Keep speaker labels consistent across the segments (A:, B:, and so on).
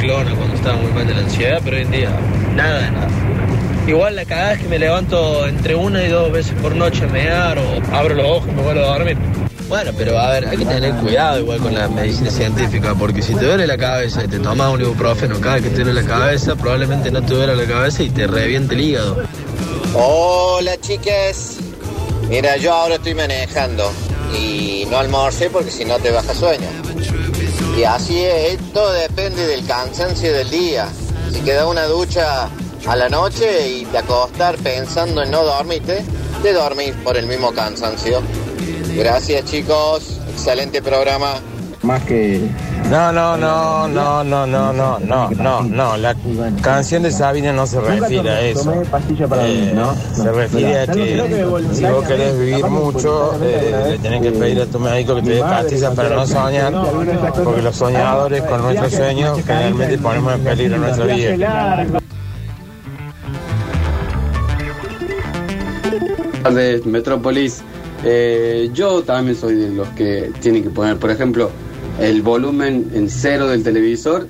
A: Corona cuando estaba muy mal de la ansiedad, pero hoy en día nada de nada. Igual la cagada es que me levanto entre una y dos veces por noche a mear o abro los ojos y me vuelvo a dormir.
B: Bueno, pero a ver, hay que tener cuidado igual con la medicina científica, porque si te duele la cabeza y te tomas un ibuprofeno cada vez que te duele la cabeza, probablemente no te duele la cabeza y te reviente el hígado.
C: Hola chicas, mira yo ahora estoy manejando y no almorcé porque si no te baja sueño. Y así es, todo depende del cansancio del día. Si queda una ducha a la noche y te acostar pensando en no dormirte, te dormís por el mismo cansancio. Gracias chicos, excelente programa.
D: Más que...
E: No, no, no, no, no, no, no, no, no, no. La canción de Sabina no se refiere a eso.
D: Tomé pastilla para
E: Eh,
D: dormir, ¿no?
E: Se refiere a que si vos querés vivir mucho, eh, le tenés que pedir a tu médico que te dé pastillas para no soñar, porque los soñadores con nuestros sueños generalmente ponemos en peligro nuestra vida.
F: tardes, Metrópolis. Eh, yo también soy de los que tienen que poner, por ejemplo, el volumen en cero del televisor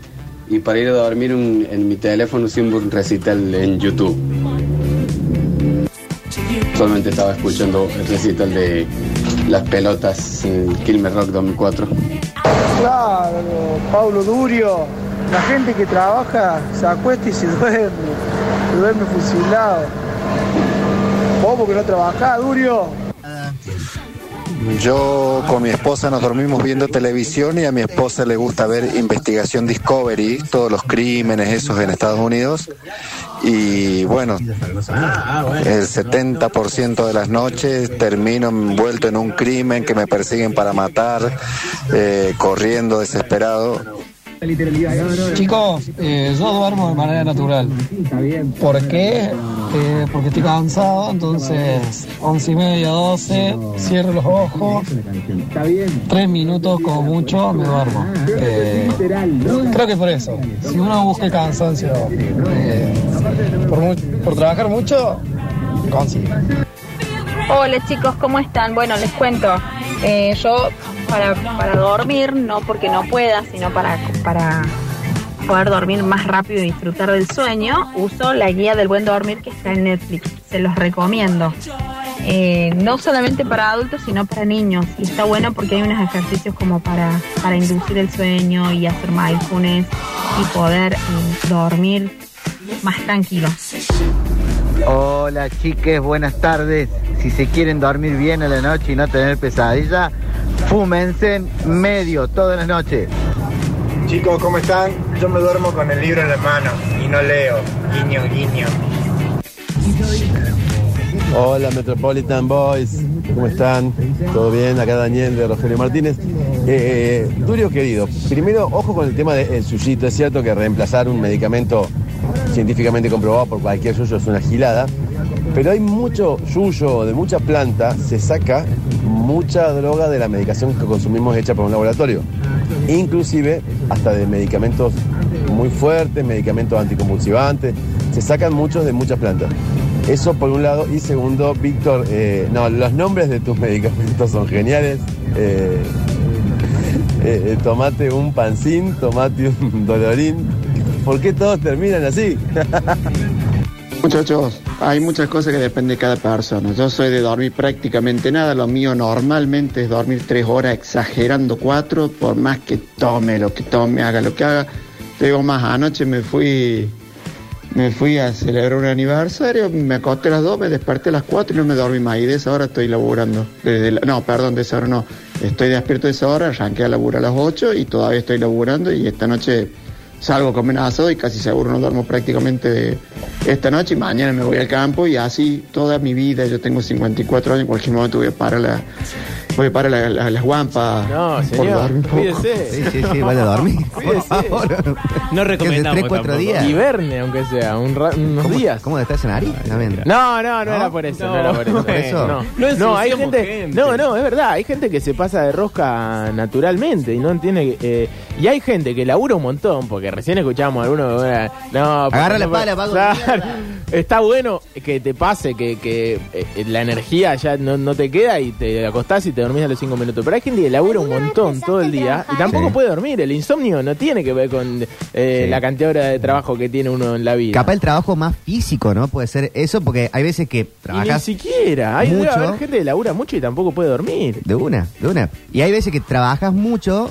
F: y para ir a dormir un- en mi teléfono siempre un recital en YouTube. Solamente estaba escuchando el recital de las pelotas en Kilmer Rock 2004.
G: Claro, Pablo Durio, la gente que trabaja se acuesta y se duerme, se duerme fusilado. Vos porque no trabajás, Durio.
H: Yo con mi esposa nos dormimos viendo televisión y a mi esposa le gusta ver Investigación Discovery, todos los crímenes esos en Estados Unidos. Y bueno, el 70% de las noches termino envuelto en un crimen que me persiguen para matar, eh, corriendo desesperado.
I: Chicos, eh, yo duermo de manera natural. ¿Por qué? Eh, porque estoy cansado, entonces 11 y media, 12, cierro los ojos, tres minutos como mucho, me duermo. Eh, creo que por eso. Si uno busca el cansancio eh, por, mu- por trabajar mucho, consigue.
J: Hola chicos, ¿cómo están? Bueno, les cuento. Eh, yo para, para dormir, no porque no pueda, sino para, para poder dormir más rápido y disfrutar del sueño, uso la guía del buen dormir que está en Netflix. Se los recomiendo. Eh, no solamente para adultos, sino para niños. Y está bueno porque hay unos ejercicios como para, para inducir el sueño y hacer mindfulness y poder eh, dormir más tranquilo.
K: Hola chiques, buenas tardes. Si se quieren dormir bien a la noche y no tener pesadilla, fúmense medio todas las noches.
L: Chicos, ¿cómo están? Yo me duermo con el libro en la mano y no leo. Guiño, guiño.
M: Hola Metropolitan Boys, ¿cómo están? ¿Todo bien? Acá Daniel de Rogelio Martínez. Eh, Durio querido, primero ojo con el tema del suyito. Es cierto que reemplazar un medicamento científicamente comprobado por cualquier suyo es una gilada, pero hay mucho suyo de mucha planta, se saca mucha droga de la medicación que consumimos hecha por un laboratorio, inclusive hasta de medicamentos muy fuertes, medicamentos anticonvulsivantes, se sacan muchos de muchas plantas. Eso por un lado. Y segundo, Víctor, eh, no, los nombres de tus medicamentos son geniales. Eh, eh, eh, tomate un pancín, tomate un dolorín. ¿Por qué todos terminan así?
N: Muchachos, hay muchas cosas que depende de cada persona. Yo soy de dormir prácticamente nada. Lo mío normalmente es dormir tres horas, exagerando cuatro, por más que tome lo que tome, haga lo que haga. Te digo más, anoche me fui, me fui a celebrar un aniversario, me acosté a las dos, me desperté a las cuatro y no me dormí más. Y de esa hora estoy laburando. Desde la- no, perdón, de esa hora no. Estoy despierto de esa hora, arranqué a laburar a las ocho y todavía estoy laburando y esta noche salgo a comer asado y casi seguro no duermo prácticamente de esta noche y mañana me voy al campo y así toda mi vida, yo tengo 54 años, en cualquier momento voy a parar la, voy a parar la, la- las guampas.
O: No,
N: por
O: señor,
N: dormir poco.
O: cuídese.
N: Sí, sí, sí, vaya a dormir.
P: No
O: recomendamos
P: recomendamos.
O: tres, cuatro
P: tampoco.
O: días.
P: Hiberne, aunque sea, un ra- unos
O: ¿Cómo-
P: días.
O: ¿Cómo está esa nariz? También.
P: No, no, no, era por eso, no, era por eso. Eh,
O: ¿Por eso?
P: No, no, hay
O: ensuciamos
P: gente, No, no, es verdad, hay gente que se pasa de rosca naturalmente y no entiende que, eh, y hay gente que labura un montón, porque recién escuchamos a alguno eh, no,
O: Agarra
P: porque
O: la
P: no-
O: pala, vago de
P: Claro.
E: Está bueno que te pase, que, que eh, la energía ya no, no te queda y te acostás y te dormís a los 5 minutos. Pero hay gente que labura un montón todo el día y tampoco
C: Sí.
E: puede dormir. El insomnio no tiene que ver con eh, la cantidad de horas de trabajo que tiene uno en la vida.
C: Capaz el trabajo más físico, ¿no? Puede ser eso, porque hay veces que
E: Y ni
C: trabajas.
E: siquiera. Hay debe
C: mucho.
E: haber gente que labura mucho y tampoco puede dormir.
C: De una, de una. Y hay veces que trabajas mucho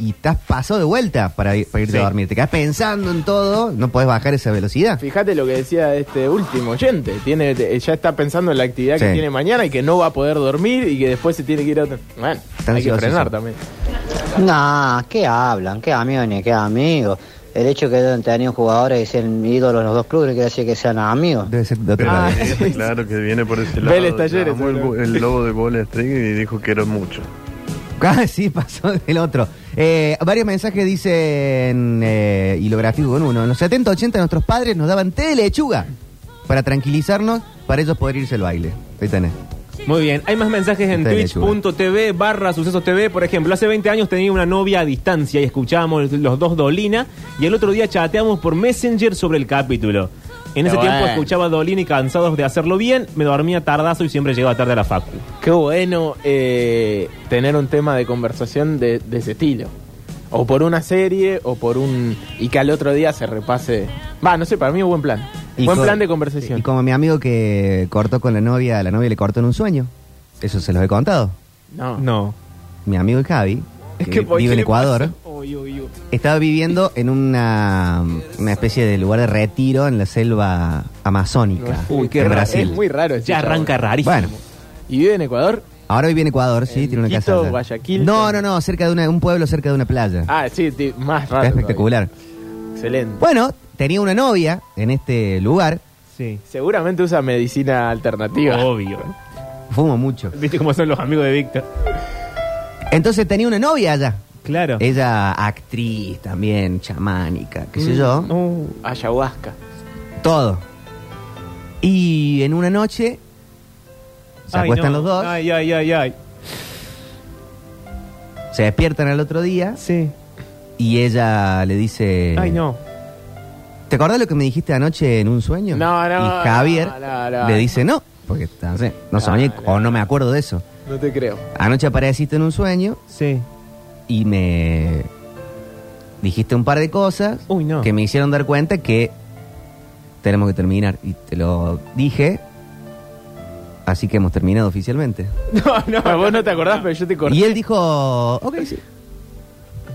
C: y estás paso de vuelta para, ir- para irte
E: Sí.
C: a dormir. Te quedas pensando en todo, no podés bajar esa velocidad.
E: Fíjate lo que decía este último oyente. Tiene, te- ya está pensando en la actividad que
C: Sí.
E: tiene mañana y que no va a poder dormir y que después se tiene que ir a otro. Bueno,
C: Está
E: hay que
C: ansioso,
E: frenar
C: sí.
E: también.
O: Nah, ¿qué hablan? ¿Qué amigos? ¿Qué amigos? El hecho que hayan tenido jugadores que sean ídolos los dos clubes quiere decir que sean amigos.
C: Debe ser de
Q: Pero
E: Ah,
Q: viene, claro que viene por ese lado.
O: Vélez Talleres,
Q: Llamó el,
O: seguro.
Q: bo- el lobo de Bola String y dijo que era mucho.
C: Ah, sí, pasó del otro. Eh, varios mensajes dicen, eh, y lo grafico con uno, en los 70, 80 nuestros padres nos daban té de lechuga para tranquilizarnos, para ellos poder irse al baile. Ahí tenés.
M: Muy bien, hay más mensajes en
C: Está bien, Chuba.
M: twitch.tv barra sucesos TV. Por ejemplo, hace 20 años tenía una novia a distancia y escuchábamos los dos Dolina y el otro día chateamos por Messenger sobre el capítulo. En ese
E: Qué
M: tiempo
E: bueno.
M: escuchaba Dolina y cansados de hacerlo bien, me dormía tardazo y siempre llegaba tarde a la facu.
E: Qué bueno eh, tener un tema de conversación de, de ese estilo. O por una serie, o por un. Y que al otro día se repase. Va, no sé, para mí es buen plan.
C: Y
E: buen
C: con-
E: plan de conversación.
C: Y como mi amigo que cortó con la novia, la novia le cortó en un sueño. Eso se los he contado.
E: No.
M: No.
C: Mi amigo el Javi, que,
M: que, ¿por
C: vive
M: qué
C: en
M: le
C: Ecuador,
M: pasa? Uy, uy, uy.
C: estaba viviendo en una, una especie de lugar de retiro en la selva amazónica
E: Uy, qué
C: de
E: raro.
C: Brasil.
E: Es muy raro. este
C: Ya
E: chabón.
C: arranca rarísimo. Bueno.
E: ¿Y vive en Ecuador?
C: Ahora vive en Ecuador, sí, tiene una
E: Quito,
C: casa. allá.
E: Guayaquil?
C: no, no, no, cerca de una- un pueblo cerca de una playa.
E: Ah, sí, ti- más raro.
C: Está espectacular.
E: todavía. Excelente.
C: Bueno, tenía una novia en este lugar. Sí.
E: Seguramente usa medicina alternativa.
M: Obvio.
C: Fumo mucho.
M: ¿Viste cómo son los amigos de Víctor?
C: Entonces tenía una novia allá.
M: Claro.
C: Ella actriz también, chamánica, qué sé
E: Mm,
C: yo.
E: uh, ayahuasca.
C: Todo. Y en una noche se
M: Ay,
C: acuestan
M: no.
C: los dos,
M: Ay, ay, ay, ay.
C: se despiertan al otro día.
E: Sí.
C: Y ella le dice...
M: Ay, no.
C: ¿Te acordás lo que me dijiste anoche en un sueño?
E: No, no,
C: Y Javier
E: no, no.
C: le dice no, porque no, sé, no soñé o no me acuerdo de eso.
E: No te creo.
C: Anoche apareciste en un sueño.
M: Sí.
C: Y me dijiste un par de cosas que me hicieron dar cuenta que tenemos que terminar. Y te lo dije. Así que hemos terminado oficialmente.
E: No, no, vos no te acordás, pero yo te corté.
C: Y él dijo, ok, sí.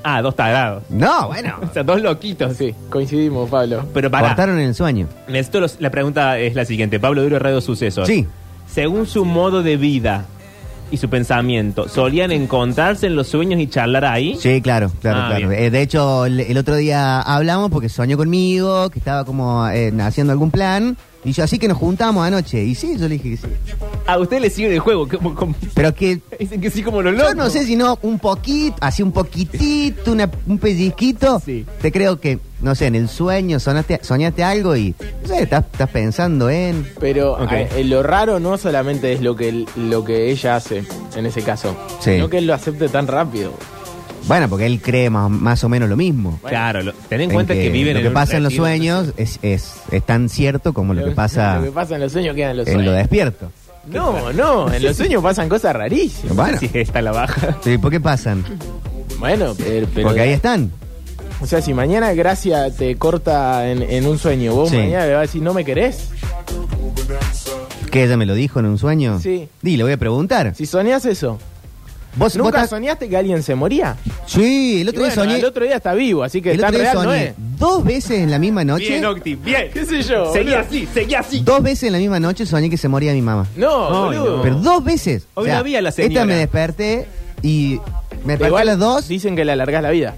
M: Ah, dos talados.
C: No, bueno.
M: o sea, dos loquitos.
E: Sí, coincidimos, Pablo.
M: Pero pará.
C: Cortaron en el sueño.
M: Necesito los- la pregunta es la siguiente. Pablo Duro, Radio Sucesos.
C: Sí.
M: Según su modo de vida y su pensamiento, ¿solían encontrarse en los sueños y charlar ahí?
C: Sí, claro, claro,
M: Ah,
C: claro.
M: bien.
C: Eh, de hecho, el, el otro día hablamos porque soñó conmigo, que estaba como eh, haciendo algún plan. Y yo, así que nos juntamos anoche. Y sí, yo le dije que sí.
M: A ustedes les siguen el juego. como- como-
C: Pero que
M: Dicen que sí como los
C: yo
M: locos.
C: no sé si no un poquito, así un poquitito, una- un pellizquito. Te creo que, no sé, en el sueño sonaste, soñaste algo y no sé, estás, estás pensando en...
E: Pero
C: Ok.
E: eh, eh, lo raro no solamente es lo que, el- lo que ella hace en ese caso,
C: Sí.
E: sino que él lo acepte tan rápido.
C: Bueno, porque él cree más, más o menos lo mismo.
M: Claro, lo- ten en cuenta que, viven
C: lo
M: en
C: que
M: un
C: pasa en los
M: retiro.
C: sueños es, es, es tan cierto como lo que pasa
E: Lo que pasa en los sueños queda en los
C: en lo
E: sueños.
C: despierto.
E: No, no, en los sueños pasan cosas rarísimas.
C: Bueno. Sí,
M: está la baja.
C: Sí, ¿Por qué pasan?
E: Bueno, pero, pero-
C: Porque ahí están.
E: O sea, si mañana Gracia te corta en, en un sueño, vos
C: Sí.
E: mañana le vas a decir, no me querés.
C: ¿Que ella me lo dijo en un sueño?
E: Sí.
C: Di, le voy a preguntar.
E: Si soñás eso.
C: ¿Vos,
E: ¿Nunca
C: vos estás-
E: soñaste que alguien se moría?
C: Sí, el otro
E: Y
C: día
E: bueno,
C: soñé...
E: El otro día está vivo, así que
C: el
E: tan
C: otro día
E: real no
C: soñé
E: es.
C: dos veces en la misma noche.
M: Bien, Octi, bien.
E: ¿Qué sé yo,
M: Seguí
E: boludo?
M: así, seguí así.
C: Dos veces en la misma noche soñé que se moría mi mamá.
E: No, boludo.
C: Pero dos veces.
E: Hoy la vi a la
C: Esta
E: señora.
C: me desperté y me desperté
E: Igual
C: a las dos.
E: Dicen que le alargás la vida.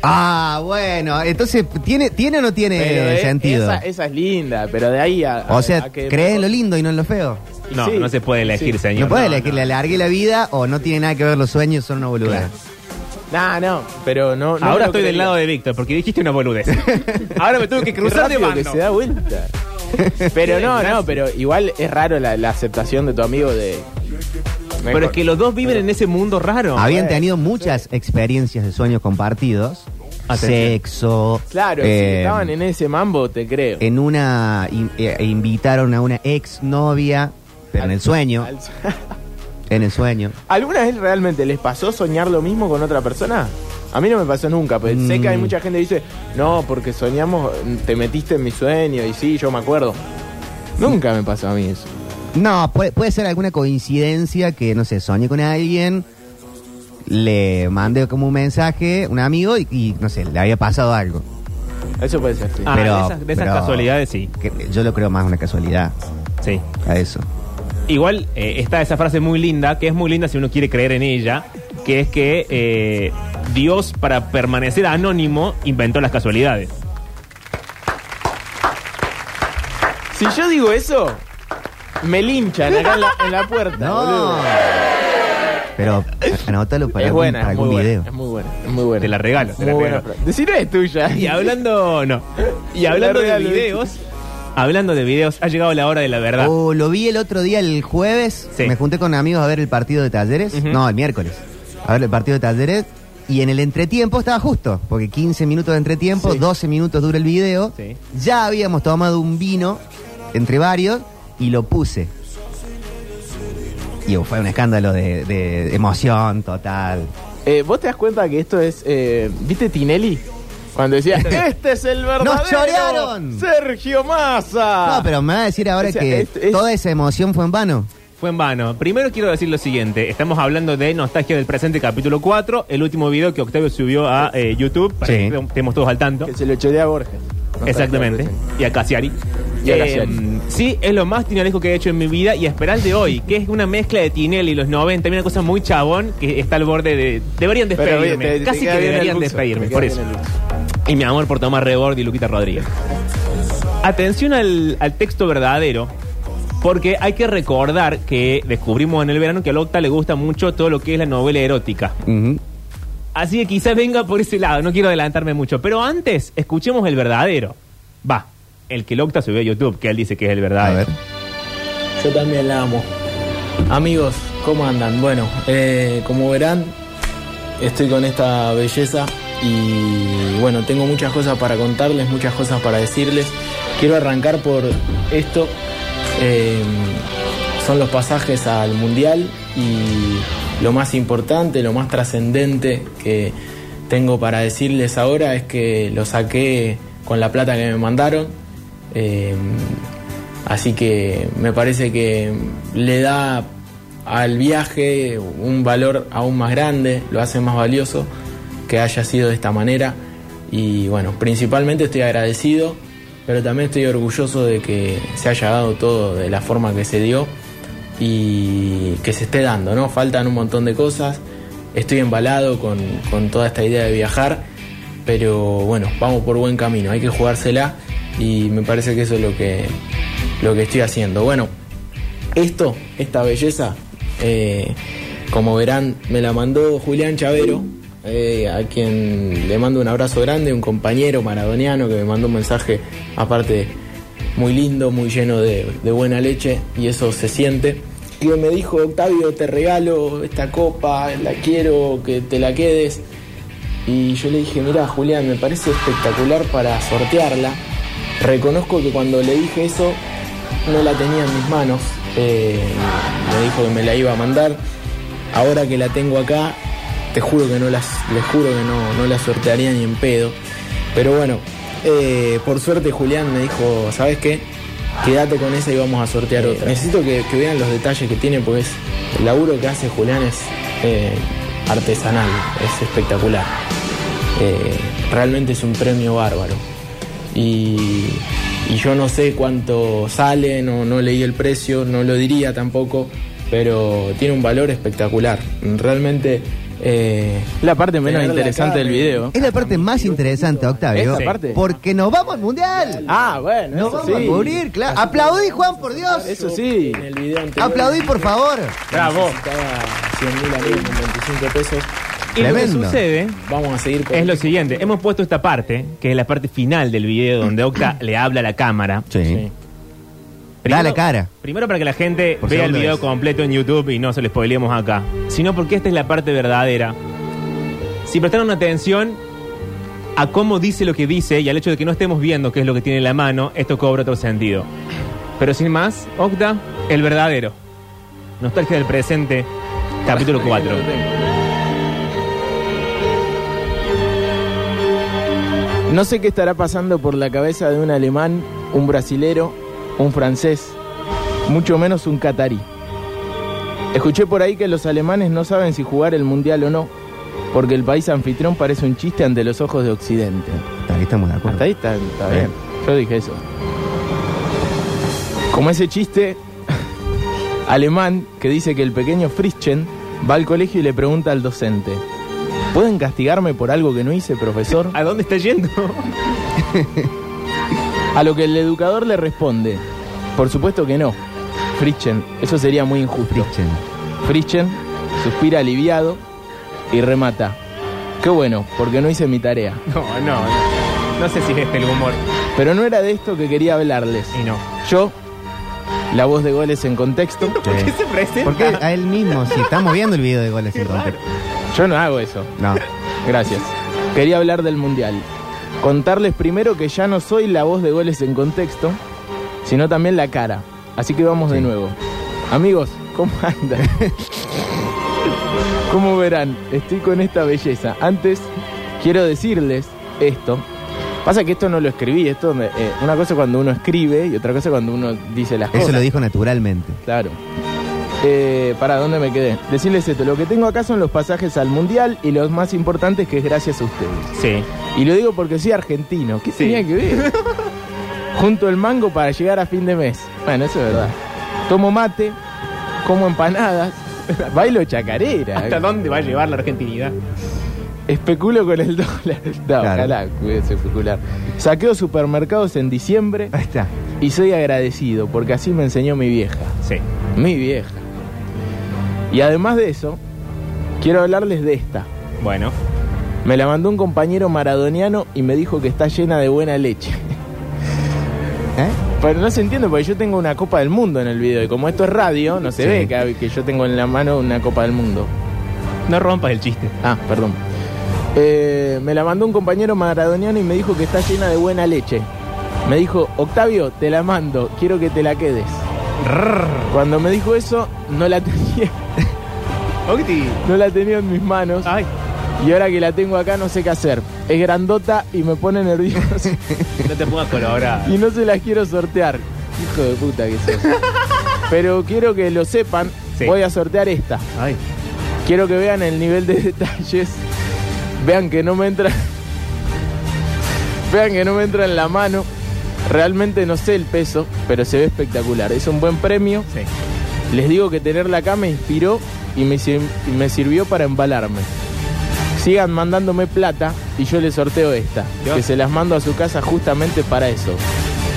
C: Ah, bueno, entonces, ¿tiene, ¿tiene o no tiene
E: Pero, eh,
C: sentido?
E: Esa, esa es linda, pero de ahí a.
C: o
E: a-
C: sea,
E: a que-
C: crees en lo lindo y no en lo feo.
M: No, no se puede elegir,
E: Sí.
M: señor.
C: No puede
M: No,
C: elegir,
M: no.
C: le alargué la vida o no tiene nada que ver los sueños, son una boludez.
E: Nah, no, pero no. no me
M: Ahora
E: lo
M: estoy del
E: creía.
M: lado de Víctor, porque dijiste una boludez. Ahora me tuve que
E: Qué
M: cruzar de
E: rápido
M: bando.
E: que se da vuelta. Pero no, no, pero igual es raro la, la aceptación de tu amigo de.
M: Pero es que los dos viven en ese mundo raro.
C: Habían tenido muchas experiencias de sueños compartidos
E: Atención.
C: sexo.
E: Ah, Claro, si
C: eh,
E: estaban en ese mambo, te
M: eh,
E: creo.
C: en una in- eh, invitaron a una exnovia, pero en el sueño,
E: Al-
C: en el sueño.
E: ¿Alguna vez realmente les pasó soñar lo mismo con otra persona? A mí no me pasó nunca, pero sé
M: Mm.
E: que hay mucha gente que dice, no, porque soñamos, te metiste en mi sueño, y sí, yo me acuerdo. Nunca me pasó a mí eso.
C: No, puede, puede ser alguna coincidencia que, no sé, soñé con alguien, le mandé como un mensaje, un amigo, y, y, no sé, le había pasado algo.
E: Eso puede ser, sí.
C: Ah, Pero-
M: de esas, de esas
C: pero-
M: casualidades sí.
C: Que yo lo creo más una casualidad.
M: Sí.
C: A eso.
M: Igual eh, está esa frase muy linda, que es muy linda si uno quiere creer en ella, que es que eh, Dios, para permanecer anónimo, inventó las casualidades.
E: Si yo digo eso, me linchan acá en la, en la puerta, boludo.
C: Pero anótalo para
E: Es
C: algún,
E: buena,
C: para
E: es
C: algún
E: muy buena,
C: video.
E: es muy buena, es muy buena.
M: Te la regalo, te la
E: Muy
M: regalo.
E: buena. Decí, no es tuya.
M: Y hablando, no. Y hablando de videos, hablando de videos, ha llegado la hora de la verdad.
C: Oh, lo vi el otro día, el jueves.
M: Sí.
C: Me junté con amigos a ver el partido de Talleres.
M: Ujú.
C: No, el miércoles. A ver el partido de Talleres. Y en el entretiempo estaba justo, porque 15 minutos de entretiempo, 12 minutos dura el video.
M: Sí.
C: Ya habíamos tomado un vino entre varios y lo puse. Y fue un escándalo de, de emoción total.
E: Eh, ¿Vos te das cuenta que esto es, eh, viste Tinelli? Cuando decía, este es el verdadero
C: chorearon!
E: Sergio Massa.
C: No, pero me va a decir ahora
E: O sea,
C: que
E: es- es-
C: toda esa emoción fue en vano.
M: Fue en vano. Primero quiero decir lo siguiente. Estamos hablando de Nostalgia del Presente, capítulo 4, el último video que Octavio subió a eh, YouTube, para
C: Sí.
M: que estemos todos al tanto.
E: Que se lo chorea a Borges. Nostalgia
M: Exactamente.
E: del
M: Y a Cassiari.
E: Y a
M: Eh,
E: Cassiari.
M: sí, es lo más tinelesco que he hecho en mi vida y esperar de hoy, que es una mezcla de Tinelli y los 90, una cosa muy chabón que está al borde de... Deberían
E: Pero,
M: despedirme,
E: oye, te- te
M: casi
E: queda
M: que
E: bien el
M: deberían
E: buzo,
M: despedirme,
E: te
M: por
E: queda
M: eso.
E: bien el buzo.
M: Y mi amor por Tomás Rebord y Luquita Rodríguez. Atención al, al texto verdadero, porque hay que recordar que descubrimos en el verano que a Octa le gusta mucho todo lo que es la novela erótica. Así que quizás venga por ese lado, no quiero adelantarme mucho. Pero antes, escuchemos el verdadero. Va, el que Locta subió a YouTube, que él dice que es el verdadero.
J: Yo también la amo. Amigos, ¿cómo andan? Bueno, eh, como verán, estoy con esta belleza y bueno, tengo muchas cosas para contarles, muchas cosas para decirles. Quiero arrancar por esto. eh, son los pasajes al mundial y lo más importante, lo más trascendente que tengo para decirles ahora es que lo saqué con la plata que me mandaron. Eh, Así que me parece que le da al viaje un valor aún más grande, lo hace más valioso que haya sido de esta manera. Y bueno, principalmente estoy agradecido, pero también estoy orgulloso de que se haya dado todo de la forma que se dio y que se esté dando, ¿no? Faltan un montón de cosas, estoy embalado con, con toda esta idea de viajar, pero bueno, vamos por buen camino, hay que jugársela y me parece que eso es lo que, lo que estoy haciendo. Bueno, esto, esta belleza, eh, como verán, me la mandó Julián Chavero, eh, a quien le mando un abrazo grande, un compañero maradoniano que me mandó un mensaje, aparte, muy lindo, muy lleno de, de buena leche, y eso se siente. Que me dijo, Octavio, te regalo esta copa, la quiero, que te la quedes. Y yo le dije, mira Julián, me parece espectacular para sortearla. Reconozco que cuando le dije eso, no la tenía en mis manos. Eh, me dijo que me la iba a mandar. Ahora que la tengo acá, te juro que no las, les juro que no, no la sortearía ni en pedo. Pero bueno, eh, por suerte Julián me dijo, ¿sabes qué? Quédate con esa y vamos a sortear otra. Necesito que, que vean los detalles que tiene, porque es- el laburo que hace Julián es eh, artesanal, es espectacular. Eh, realmente es un premio bárbaro. Y, y yo no sé cuánto sale, no, no leí el precio, no lo diría tampoco, pero tiene un valor espectacular. Realmente... eh,
E: la parte menos interesante del video.
C: Es la parte más interesante, Octavio.
E: Esa parte.
C: Porque nos vamos al mundial.
E: Ah, bueno,
C: Nos
E: eso
C: vamos
E: sí.
C: a morir, claro. Aplaudí, Juan, por Dios.
E: Eso sí.
J: En el video anterior,
C: Aplaudí, por favor.
J: Bravo. 100.000 amigos con 25 pesos.
M: Y lo que sucede
J: Vamos a seguir con
M: es lo siguiente. Hemos puesto esta parte, que es la parte final del video donde Octa le habla a la cámara.
C: Sí. Da la cara.
M: Primero para que la gente
C: Por
M: vea el
C: segunda
M: video
C: vez.
M: completo en YouTube y no se lo spoileemos acá. Sino porque esta es la parte verdadera. Si prestaron atención,
E: a cómo dice lo que dice y al hecho de que no estemos viendo qué es lo que tiene en la mano, esto cobra otro sentido. Pero sin más, Octa, el verdadero. Nostalgia del presente, capítulo 4.
P: No sé qué estará pasando por la cabeza de un alemán, un brasilero, un francés, mucho menos un catarí. Escuché por ahí que los alemanes no saben si jugar el mundial o no, porque el país anfitrión parece un chiste ante los ojos de Occidente.
C: Ahí estamos de acuerdo.
P: Hasta ahí está, está bien. Yo dije eso. Como ese chiste alemán que dice que el pequeño Frischchen va al colegio y le pregunta al docente: ¿Pueden castigarme por algo que no hice, profesor?
E: ¿A dónde está yendo?
P: A lo que el educador le responde: Por supuesto que no. Frischchen, eso sería muy injusto. Frischchen. suspira aliviado y remata. Qué bueno, porque no hice mi tarea.
E: No, no, no. No sé si es este el humor.
P: Pero no era de esto que quería hablarles.
E: Y no.
P: Yo, la voz de goles en contexto.
C: Sí. Porque a él mismo, sí, estamos viendo el video de goles sin contexto.
P: Yo no hago eso.
C: No.
P: Gracias. Quería hablar del Mundial. Contarles primero que ya no soy la voz de goles en contexto, sino también la cara. Así que vamos de nuevo. Amigos, ¿cómo andan? Como verán, estoy con esta belleza. Antes, quiero decirles esto. Pasa que esto no lo escribí, esto eh, una cosa es cuando uno escribe y otra cosa es cuando uno dice las
C: Eso
P: cosas.
C: lo dijo naturalmente.
P: Claro. Eh, ¿Para dónde me quedé? Decirles esto, lo que tengo acá son los pasajes al Mundial y los más importantes que es gracias a ustedes.
E: Sí.
P: Y lo digo porque soy argentino, ¿qué tenía que ver? Junto el mango para llegar a fin de mes. Bueno, eso es verdad. Tomo mate, como empanadas, bailo chacarera.
E: ¿Hasta dónde va a llevar la argentinidad?
P: Especulo con el dólar. No, ojalá pudiese especular. Saqueo supermercados en diciembre. Ahí
C: está.
P: Y soy agradecido porque así me enseñó mi vieja.
E: Sí.
P: Mi vieja. Y además de eso, quiero hablarles de esta.
E: Bueno.
P: Me la mandó un compañero maradoniano y me dijo que está llena de buena leche.
C: ¿Eh?
P: Pero no se entiende porque yo tengo una copa del mundo en el video y como esto es radio, no se
E: Sí.
P: ve que, que yo tengo en la mano una copa del mundo.
E: No rompas el chiste.
P: Ah, perdón. Eh, me la mandó un compañero maradoniano y me dijo que está llena de buena leche. Me dijo, Octavio, te la mando, quiero que te la quedes. Cuando me dijo eso, no la tenía. No la tenía en mis manos. Y ahora que la tengo acá, no sé qué hacer. Es grandota y me pone nervioso.
E: No te pongas colorado.
P: y no se las quiero sortear. Hijo de puta que sos. Pero quiero que lo sepan, voy a sortear esta. Quiero que vean el nivel de detalles. Vean que no me entra. Vean que no me entra en la mano. Realmente no sé el peso, pero se ve espectacular. Es un buen premio. Les digo que tenerla acá me inspiró y me, sir- y me sirvió para embalarme. Sigan mandándome plata y yo les sorteo esta,
E: Dios.
P: que se las mando a su casa justamente para eso,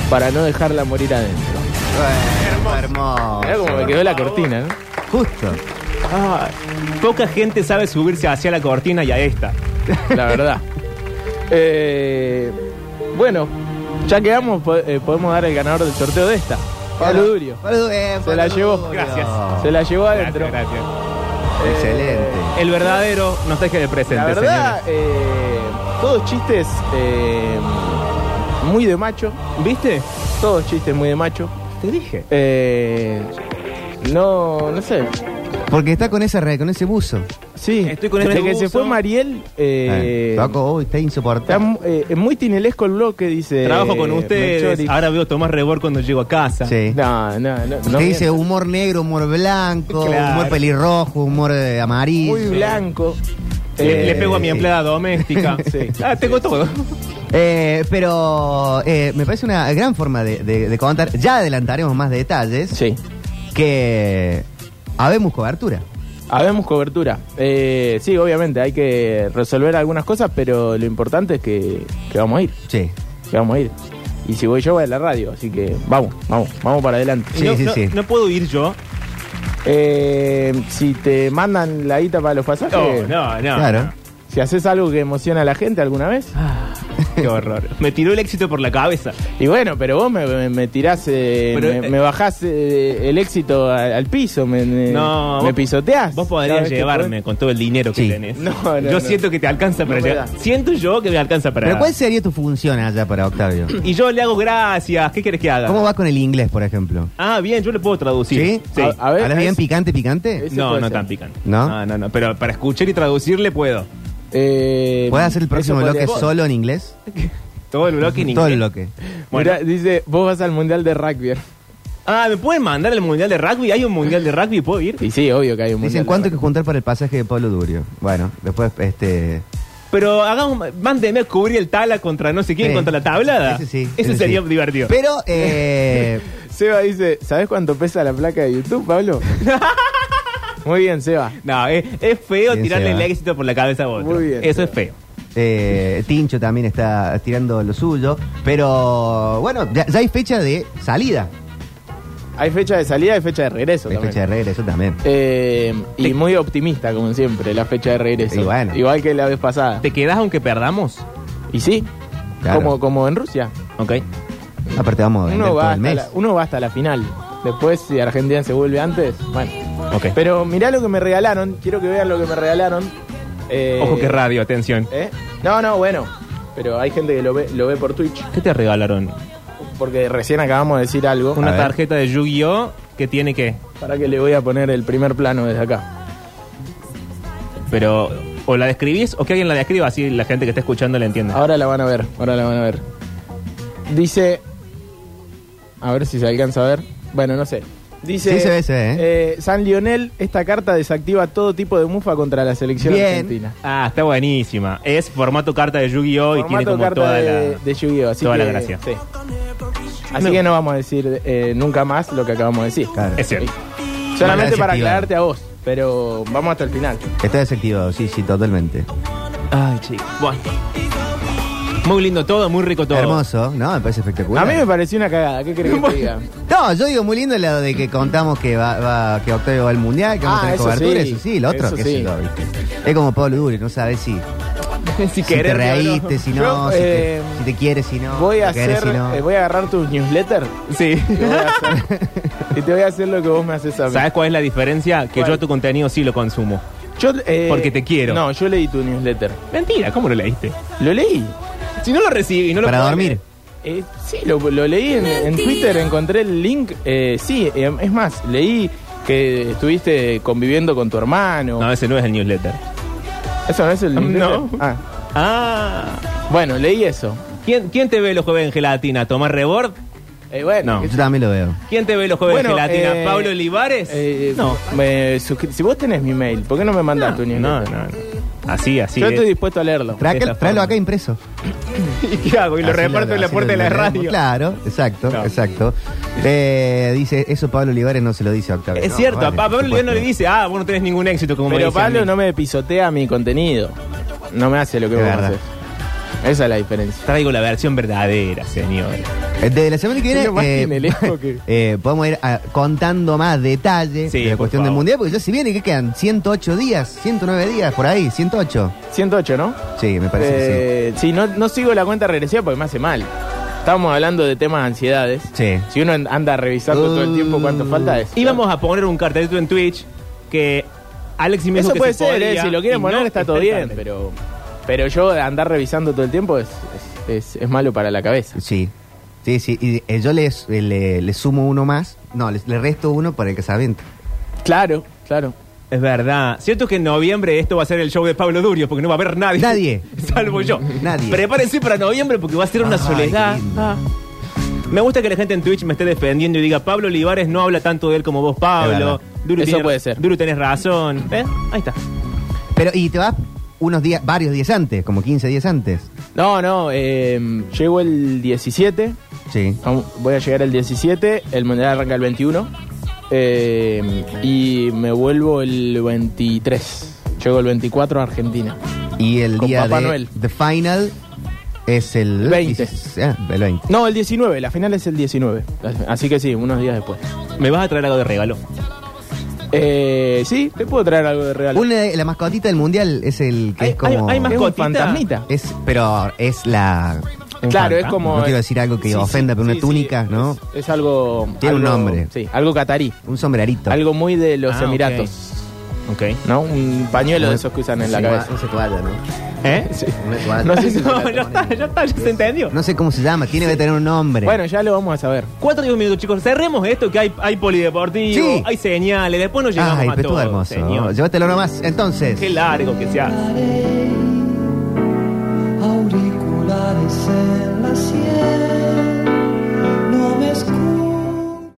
P: para no dejarla morir adentro.
C: Hermoso. Hermoso.
P: Mirá cómo me quedó la cortina, ¿no?
C: Justo.
E: Ah, poca gente sabe subirse hacia la cortina y a esta.
P: La verdad. Eh, bueno, ya quedamos, po- eh, podemos dar el ganador del sorteo de esta. Pablo Durio.
C: eh,
P: Se la llevó.
E: Gracias.
P: Se la llevó adentro.
E: Gracias, gracias.
C: Excelente.
E: El verdadero nostalgia del presente,
P: La verdad, eh, todos chistes eh, muy de macho.
E: ¿Viste?
P: Todos chistes muy de macho.
E: Te dije.
P: Eh, no, no sé.
C: Porque está con esa red, con ese buzo.
P: Sí,
E: Estoy con
P: desde
E: este
P: que se
E: buzo.
P: fue Mariel, eh,
C: Eh, Paco, uy, está
P: está
C: insoportable.
P: mu- eh, es muy tinelesco el blog que dice.
E: Trabajo con
P: usted
E: ustedes. Ahora veo Tomás Rebor cuando llego a casa.
C: Sí.
P: No, no, no. no
C: Te dice
P: mientas.
C: humor negro, humor blanco,
E: Claro.
C: humor pelirrojo, humor eh, amarillo.
P: muy blanco.
E: Le,
P: Eh,
E: le pego a mi empleada doméstica.
P: Sí.
E: Ah, tengo todo.
C: Eh, pero eh, me parece una gran forma de, de- de contar. Ya adelantaremos más detalles.
P: Sí.
C: Que habemos cobertura.
P: Habemos cobertura. Eh, sí, obviamente, hay que resolver algunas cosas, pero lo importante es que, que vamos a ir.
C: Sí.
P: Que vamos a ir. Y si voy yo, voy a la radio. Así que vamos, vamos, vamos para adelante.
E: Y no, no- no puedo ir yo.
P: Eh, si te mandan la guita para los pasajes,
E: No, no, no.
C: Claro.
P: si haces algo que emociona a la gente alguna vez,
M: Ah, Qué horror. Me tiró el éxito por la cabeza.
E: Y bueno, pero vos me, me, me tirás, eh,
M: Pero,
E: me,
M: eh,
E: me bajás eh, el éxito al, al piso, me, me-
M: No,
E: me
M: vos-
E: pisoteás.
M: Vos podrías llevarme con todo el dinero que tenés.
E: No, no,
M: yo
E: no.
M: siento que te alcanza para
E: No me
M: llegar.
E: da.
M: Siento yo que me alcanza para.
C: ¿Pero cuál sería tu función allá para Octavio?
M: Y yo le hago gracias. ¿Qué querés que haga?
C: ¿Cómo va con el inglés, por ejemplo?
M: Ah, bien, yo le puedo traducir.
C: ¿Sí?
M: A,
C: ¿Hablas bien picante, picante?
M: No, no tan picante.
C: ¿No?
M: no, no, no, Pero para escuchar y traducirle puedo.
E: Eh,
C: ¿Puedes hacer el próximo bloque solo en inglés?
M: Todo el bloque en inglés.
C: Todo el bloque.
M: Bueno.
E: Mirá, dice, vos vas al mundial de rugby.
M: Ah, ¿me pueden mandar al mundial de rugby? ¿Hay un mundial de rugby? ¿Puedo ir?
E: Y sí, obvio que hay un
C: Dicen, ¿cuánto hay que juntar para el pasaje de Pablo Durio? Bueno, después, este...
M: Pero hagamos, mándeme a cubrir el tala contra no sé quién,
C: Sí.
M: contra la tablada. Ese sí. Eso
E: ese
M: sería
E: sí.
M: divertido.
C: Pero, eh...
E: Seba dice, ¿sabés cuánto pesa la placa de YouTube, Pablo? Muy bien, Seba.
M: No, es, es feo
C: Bien,
M: tirarle
C: Seba.
M: el éxito por la cabeza a otro.
C: Muy bien,
M: Eso es feo.
C: Eh, Tincho también está tirando lo suyo. Pero bueno, ya, ya hay fecha de salida.
E: Hay fecha de salida y fecha de regreso
C: Hay
E: también.
C: fecha de regreso también.
E: Eh, y muy optimista, como siempre, la fecha de regreso.
C: Y bueno.
E: Igual que la vez pasada.
M: ¿Te quedás aunque perdamos?
E: Y sí,
C: Claro.
E: como, como en Rusia.
M: Ok.
C: Aparte vamos a vender
E: Uno
C: todo
E: va,
C: el
E: hasta
C: mes.
E: la, uno va hasta la final. Después, si Argentina se vuelve antes, bueno.
M: Ok.
E: Pero mirá lo que me regalaron. Quiero que vean lo que me regalaron. Eh,
M: Ojo que radio, atención.
E: ¿eh? No, no, bueno. Pero hay gente que lo ve, lo ve por Twitch.
M: ¿Qué te regalaron?
E: Porque recién acabamos de decir algo.
M: Una tarjeta de Yu-Gi-Oh! que tiene que.
E: Para que le voy a poner el primer plano desde acá.
M: Pero, o la describís o que alguien la describa, así la gente que está escuchando la entienda.
E: Ahora la van a ver, ahora la van a ver. Dice. A ver si se alcanza a ver. Bueno, no sé. Dice.
C: Sí, se ve, se ve,
E: eh, San Lionel, esta carta desactiva todo tipo de mufa contra la selección argentina.
M: Ah, está buenísima. Es formato carta de Yu-Gi-Oh! y tiene
E: Formato
M: como
E: carta
M: toda
E: de,
M: la.
E: de Yu-Gi-Oh! así
M: toda la
E: que,
M: gracia.
E: sí. Así que no vamos a decir eh, nunca más lo que acabamos de decir.
M: Es cierto.
E: Solamente
C: Gracias,
E: para
C: Iván.
E: aclararte a vos, pero vamos hasta el final.
C: Está desactivado, sí, sí, totalmente.
M: Ay, chico. Bueno. Muy lindo todo, muy rico todo.
C: Hermoso, ¿no? Me parece espectacular.
E: A mí me pareció una cagada, ¿qué crees que te diga?
C: No, yo digo muy lindo lo de que contamos que va, va- que Octavio va al mundial, que vamos
E: Ah,
C: a tener
E: eso
C: cobertura,
E: sí.
C: eso sí, lo otro,
E: Eso
C: qué sé
E: sí.
C: yo, ¿viste? Es como Pablo Durio, no sabes si, si, te
E: querés,
C: reíste,
E: no.
C: si no,
E: Yo,
C: si, te-
E: eh,
C: si te, quieres, si no,
E: Voy a
C: te querés,
E: hacer,
C: si no.
E: eh, voy a agarrar tus newsletters.
M: Sí.
E: Y, voy a hacer- y te voy a hacer lo que vos me haces a mí.
M: ¿Sabes cuál es la diferencia? Que
E: ¿Cuál?
M: yo tu contenido sí lo consumo.
E: Yo, eh,
M: Porque te quiero.
E: No, yo leí tu newsletter.
M: Mentira, ¿cómo lo leíste?
E: Lo leí.
M: Si no lo recibí, no lo puedo leer.
E: Eh, sí, lo, lo leí en, en Twitter, encontré el link. eh, sí, eh, es más, leí que estuviste conviviendo con tu hermano.
M: No, ese no es el newsletter.
E: Eso no es el
M: No.
E: newsletter? Ah. Bueno, leí eso.
M: ¿Quién, quién te ve los jóvenes en gelatina? ¿Tomás Rebord?
E: Eh, bueno,
M: No.
C: Yo también lo veo.
M: ¿Quién te ve los jóvenes
E: Bueno,
M: en gelatina?
E: eh,
M: ¿Pablo Olivares?
E: eh,
M: no.
E: me suscri- si vos tenés mi mail, ¿por qué no me mandás tu
M: No, no,
E: newsletter?
M: no. Así, así.
E: Yo
M: es.
E: estoy dispuesto a leerlo.
C: Traca-
M: esa
C: tráelo
M: forma.
C: acá impreso.
M: ¿Y qué hago? Y lo
C: Así
M: reparto en la
C: así
M: puerta de la
C: lo
M: radio.
C: Claro, exacto,
M: No.
C: exacto. Eh, dice, eso Pablo Olivares no se lo dice a Octavio.
M: Es
C: No,
M: cierto,
C: vale,
M: a Pablo
C: por
M: Olivares no le
C: supuesto.
M: dice, ah, vos no tenés ningún éxito como me
E: Pero
M: dice a
E: Pablo
M: mí.
E: no me pisotea mi contenido. No me hace lo que
C: Es
E: vos me
C: verdad.
E: haces. Esa es la diferencia.
M: Traigo la versión verdadera, señor.
C: Eh, Desde la semana que viene
E: Pero más
C: eh,
E: tiene lejos que-
C: eh, podemos ir ah, contando más detalles
M: Sí,
C: de la
M: por
C: cuestión del
M: favor.
C: mundial, porque ya si viene, que quedan? 108 días, 109 días, por ahí, 108.
E: 108, ¿no?
C: Sí, me parece que sí.
E: Eh, sí, no, no sigo la cuenta regresiva porque me hace mal. Estábamos hablando de temas de ansiedades.
C: Sí. Uh.
E: Si uno anda revisando todo el tiempo cuánto falta es.
M: Íbamos a poner un cartelito en Twitch que Alex y me dijo
E: Eso
M: que
E: puede
M: se
E: ser, eh,
M: podía
E: si lo
M: y
E: quieren poner
M: no
E: está todo
M: el
E: bien,
M: cartel.
E: pero, pero yo andar revisando todo el tiempo es, es, es- es malo para la cabeza.
C: Sí, sí, sí. Y eh, yo les, eh, le, le sumo uno más, no, le, le resto uno para el casamiento.
E: Claro, claro.
M: Es verdad. Cierto que en noviembre esto va a ser el show de Pablo Durio, porque no va a haber nadie.
C: Nadie.
M: Salvo yo.
C: Nadie.
M: Prepárense para noviembre porque va a ser una
C: Ay,
M: soledad.
C: qué lindo.
M: Ah. Me gusta que la gente en Twitch me esté defendiendo y diga, Pablo Olivares no habla tanto de él como vos,
C: Es verdad.
M: Pablo. Duro
E: Eso puede ser.
M: Duro tenés razón. ¿Eh? Ahí está.
C: Pero, y te vas unos días, varios días antes, como 15 días antes.
E: No, no, eh, llego el 17,
C: Sí.
E: Vamos- voy a llegar el 17, el mundial arranca el 21 eh, y me vuelvo el 23. Llego el 24 a Argentina.
C: Y el
E: Con
C: día
E: Papá
C: de
E: Noel.
C: The Final es el
E: 20.
C: Ah, el 20.
E: No, el 19, la final es el 19. Así que sí, unos días después.
M: Me vas a traer algo de regalo.
E: Eh, sí, te puedo traer algo de regalo.
C: Una- la mascotita del mundial es el que
E: Hay-
C: es como.
E: hay- hay mascotita. Es un fantasmita.
C: Es, pero es la.
E: Claro, es como-
C: No quiero decir algo que
E: Sí, sí,
C: ofenda, pero
E: sí,
C: una túnica, ¿no?
E: Es algo.
C: Tiene un
E: algo-
C: nombre.
E: Sí, algo catarí.
C: Un sombrerito.
E: Algo muy de los
C: Ah,
E: Emiratos. ¿No? Un pañuelo de esos que usan en la
C: Sí,
E: cabeza.
C: Una toalla, ¿no?
E: ¿Eh? Sí. No
M: Eh,
E: sé si- no, ya está, ya está, ya se entendió.
C: No sé cómo se llama, tiene que tener un nombre.
E: Bueno, ya lo vamos a saber.
M: 4 o 10 minutos, chicos. Cerremos esto que hay, hay polideportivo,
C: Sí.
M: hay señales. Después nos llegamos
C: Ay,
M: a
C: pero estuvo
M: todo,
C: hermoso.
M: señor.
C: Llévatelo nomás. Entonces.
M: Qué largo que sea.
R: auriculares en la sierra.